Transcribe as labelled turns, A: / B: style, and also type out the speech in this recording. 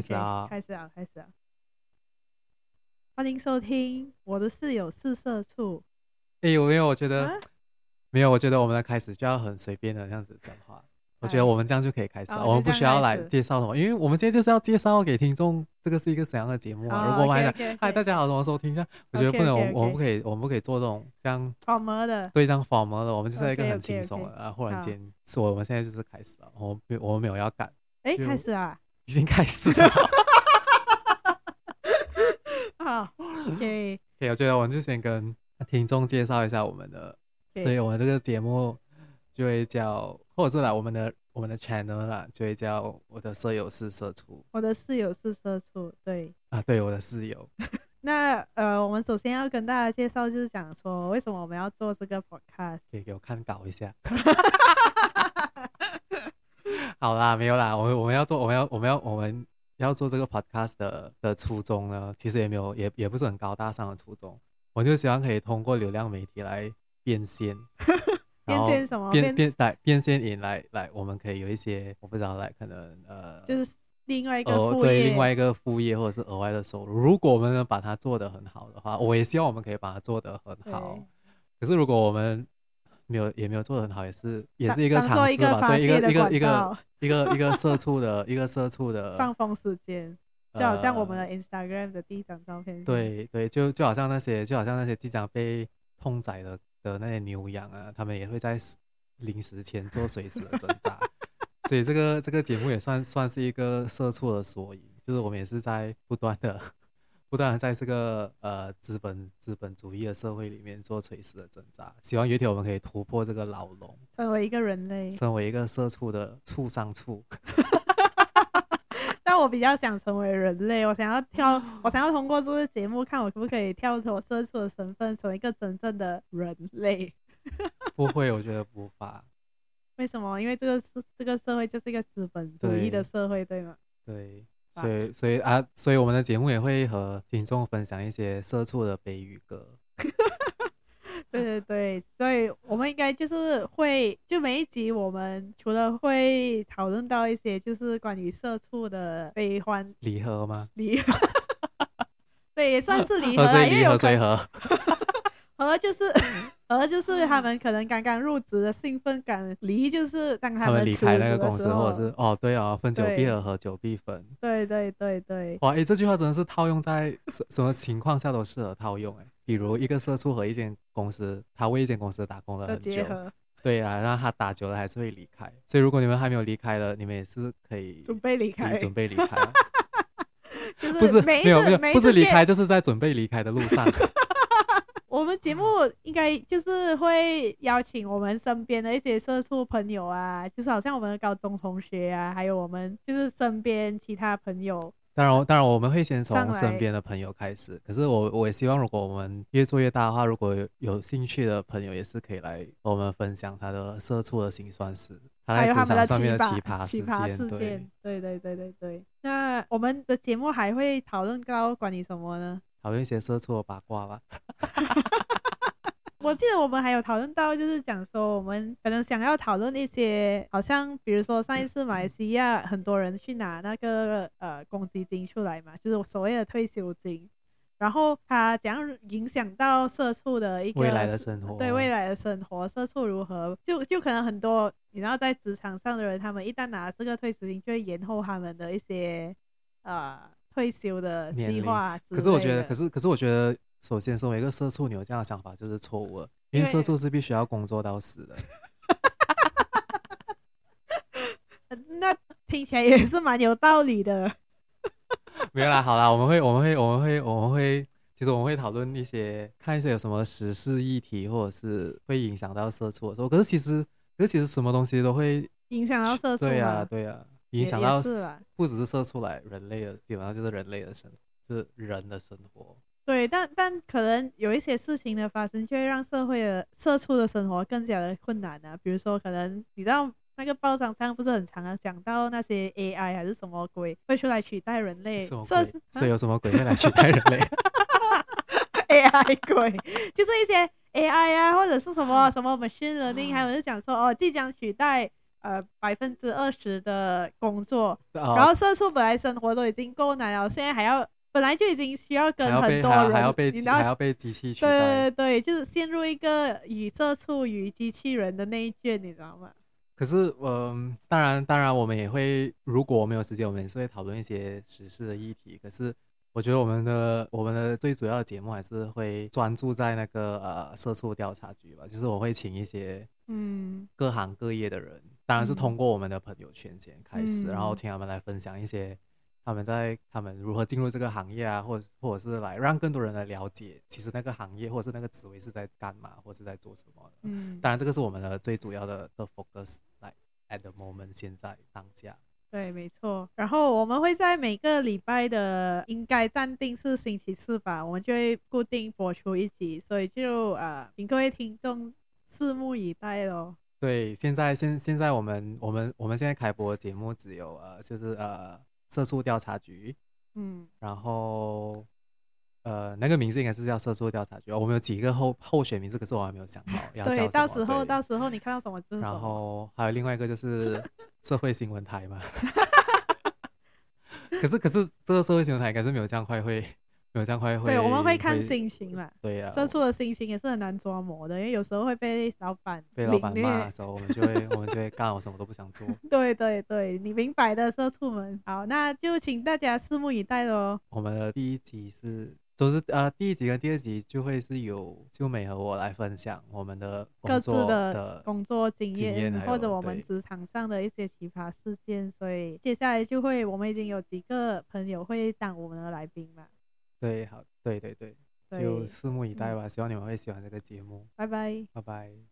A: 始啊！
B: 开始啊，开始啊！欢迎收听《我的室友是社畜
A: 哎、有没有？我觉》
B: 啊
A: 得没有，我觉得我们的开始就要很随便的这样子讲话。我觉得我们这样就可以开始了，
B: 好
A: 我们
B: 哎哦就
A: 不
B: 这
A: 需
B: 样
A: 要
B: 开
A: 来
B: 始
A: 介绍什么，因为我们今天就是要介绍给听众这个是一个怎样的节目
B: 哦
A: 啊。如果我们还讲
B: 讲
A: 嗨大家好，怎么收听一下？我觉得不能，
B: OK，OK，OK
A: 我我们不可以，我们不可以做这种这样
B: 好么的，
A: 对这样 formal 的，我们就是要一个很
B: OK，OK，OK
A: 轻松的。啊，忽然
B: 好
A: 间，是我们现在就是开始了，我们没我们没有要赶，
B: 哎，
A: 就
B: 开始 啊！
A: 已经开始 了。啊
B: 好，OK，
A: OK，我觉得我们就先跟听众介绍一下我们的，
B: 对
A: 所以我们这个节目就会叫，或者是啦，我们的我们的 channel 啦，就会叫我的舍友是社畜
B: 我的室友是社畜，对。
A: 啊，对，我的室友，
B: 那呃，我们首先要跟大家介绍，就是讲说为什么我们要做这个 podcast。，
A: 可以给我看稿一下。 好啦，没有啦，我们我们要做，我们要我们要我们要做这个 podcast 的的初衷呢，其实也没有，也也不是很高大上的初衷，我就希望可以通过流量媒体来变现 然
B: 变
A: 后
B: 现什么？
A: 变变来变现引来来，我们可以有一些我不知道来可能呃，
B: 就是另外一个
A: 额
B: 副业。
A: 呃哦对另外一个副业或者是额外的收入。如果我们能把它做得很好的话，我也希望我们可以把它做得很好
B: 对。
A: 可是如果我们没有也没有做得很好，也是也
B: 当
A: 是一个
B: 当做
A: 尝
B: 一
A: 试
B: 个
A: 吧，
B: 发
A: 对一个
B: 泄的
A: 一个呃
B: 管
A: 一个
B: 道
A: 一个一个社畜的一个社畜的
B: 放风时间，就好像我们的 Instagram 的第一张照片。
A: 呃对对，就就好像那些就好像那些即将被痛宰的的那些牛羊啊，他们也会在死临死前做垂死的挣扎。所以这个这个节目也算算是一个社畜的缩影，就是我们也是在不断的、不断的在这个呃资本资本主义的社会里面做垂死的挣扎。希望有一天我们可以突破这个牢笼，
B: 身为一个人类，
A: 成为一个社畜的畜上畜。
B: 但我比较想成为人类，我想要跳，我想要通过这个节目看我可不可以跳脱社畜的身份，成为一个真正的人类。
A: 不会，我觉得无法。
B: 为什么？因为这个是这个社会就是一个资本主义的
A: 对
B: 社会，对吗？
A: 对，
B: 吧
A: 所以所以啊，所以我们的节目也会和听众分享一些社畜的悲与歌。
B: 对对对，所以我们应该就是会，就每一集我们除了会讨论到一些就是关于社畜的悲欢
A: 离合吗？
B: 离合， 对，也算是离合
A: 和
B: 啦，
A: 谁
B: 因为
A: 哦离合
B: 有可
A: 谁合？
B: 和就是
A: 嗯
B: 和就是他们可能刚刚入职的兴奋感，离就是当
A: 他们
B: 们
A: 离
B: 辞
A: 开那
B: 职
A: 个
B: 的
A: 公
B: 时
A: 司，或
B: 候
A: 者是哦，对哦，分久必
B: 对
A: 合，合久必分。
B: 对对对对
A: 哇，诶，这句话真的是套用在什什么情况下都适合套用诶，比如一个社畜和一间公司，他为一间公司打工了
B: 的
A: 很
B: 结
A: 久，
B: 合，
A: 对啊，让他打久了还是会离开。所以如果你们还没有离开了，你们也是可以
B: 准备离 开，
A: 准备离开啊，
B: 就
A: 不是
B: 每一
A: 没有没
B: 次
A: 有
B: 每一
A: 不是
B: 次
A: 离
B: 见
A: 开，就是在准备离开的路上。
B: 我们节目应该就是会邀请我们身边的一些社畜朋友啊，就是好像我们的高中同学啊，还有我们就是身边其他朋友，
A: 当然，当然我们会先
B: 上
A: 从
B: 来
A: 身边的朋友开始。可是我我也希望，如果我们越做越大的话，如果有有兴趣的朋友，也是可以来和我们分享他的社畜的辛酸史，他
B: 还
A: 在
B: 有他
A: 职
B: 们
A: 场
B: 奇
A: 上面的奇
B: 葩奇葩
A: 葩
B: 事
A: 对
B: 件，，对对对对对。那我们的节目还会讨论到关于什么呢？
A: 讨论一些社畜的八卦吧。
B: 我记得我们还有讨论到，就是讲说我们可能想要讨论一些，好像比如说上一次马来西亚很多人去拿那个呃公积金出来嘛，就是所谓的退休金，然后它怎样影响到社畜的一个
A: 未来的生活，
B: 对未来的生活，社畜如何？就就可能很多你知道在职场上的人，他们一旦拿这个退休金，就会延后他们的一些呃退休的
A: 年
B: 计
A: 龄
B: 划之类的。
A: 可是我觉得，可是可是我觉得，首先身为一个社畜，你有这样的想法就是错误的，因为
B: 因为
A: 社畜是必须要工作到死的。
B: 呃那听起来也是蛮有道理的。
A: 没有啦，好啦，我们会，我们会，我们会，我们会，其实我们会讨论一些，看一些有什么时事议题，或者是会影响到社畜的时候。可是其实，可是其实什么东西 都会，
B: 影响到社畜
A: 对呀、啊
B: 嘛
A: 对呀、
B: 也
A: 影响到
B: 也是啦
A: 不只是社畜来人类的，基本上就是人类的生，就是人的生活。
B: 对，但但可能有一些事情的发生，就会让社会的社畜的生活更加的困难啊。比如说，可能你知道那个报章上不是很常啊讲到那些 AI 还是什么鬼会出来取代人类，
A: 什么
B: 这
A: 鬼
B: 是？
A: 所以有什么鬼会来取代人类？
B: AI 鬼，就是
A: 啊
B: 一些 AI 啊，或者是什么什么 machine learning，他们就讲说哦，即将取代呃百分之二十的工作，然
A: 然
B: 后社畜本来生活都已经够难了，现在还要本来就已经需要跟
A: 还要
B: 很
A: 被
B: 多
A: 还要
B: 人，
A: 还要被
B: 你
A: 机
B: 知道
A: 还要被机器取
B: 对
A: 代。
B: 对对，就是陷入一个与社畜与机器人的内卷，你知道吗？
A: 可是，嗯、当然，当然，我们也会，如果我们有时间，我们也是会讨论一些时事的议题。可是，我觉得我们的我们的最主要的节目还是会专注在那个呃社畜调查局吧，就是我会请一些
B: 嗯
A: 各行各业的人，当然是
B: 嗯
A: 通过我们的朋友圈先开始，然后
B: 嗯
A: 听他们来分享一些他们在他们如何进入这个行业啊，或者或者是来让更多人来了解，其实那个行业或者是那个职位是在干嘛，或是在做什么的。
B: 嗯，
A: 当然，这个是我们的最主要的的 focus，来 at the moment 现在当下。
B: 对，没错。然后我们会在每个礼拜的，应该暂定是星期四吧，我们就会固定播出一集，所以就呃，请各位听众拭目以待喽。
A: 对，现在现现在我们我们我们现在开播的节目只有呃，就是呃社畜调查局，
B: 嗯，
A: 然后呃那个名字应该是叫社畜调查局。哦我们有几个候候选名字，可是我还没有想 好要叫什
B: 对，
A: 么。
B: 到时候
A: 对
B: 到时候你看到什么就是什
A: 然
B: 么。
A: 后还有另外一个就是 社会新闻台嘛。可是可是这个社会新闻台应该是没有这样快会没有这样快会。
B: 对，我们会看心情啦。
A: 对啊呀、
B: 社
A: 我
B: 畜的心情也是很难捉摸的，因为有时候会被老板
A: 被老板
B: 凌
A: 骂
B: 虐
A: 的时候，我们就会我们就会干，我什么都不想做。
B: 对对对，你明白的，社畜们。好，那就请大家拭目以待喽。
A: 我们的第一集是，就是呃第一集跟第二集就会是由秀美和我来分享我们的
B: 各自
A: 工作
B: 的工作经
A: 经验
B: 验，
A: 还
B: 或者
A: 有
B: 我们
A: 对
B: 职场上的一些奇葩事件，所以接下来就会，我们已经有几个朋友会当我们的来宾嘛。
A: 对，好，对对对，
B: 对嗯
A: 就，拭目以待吧，希望你们会喜欢这个节目，
B: 拜拜。
A: 拜拜。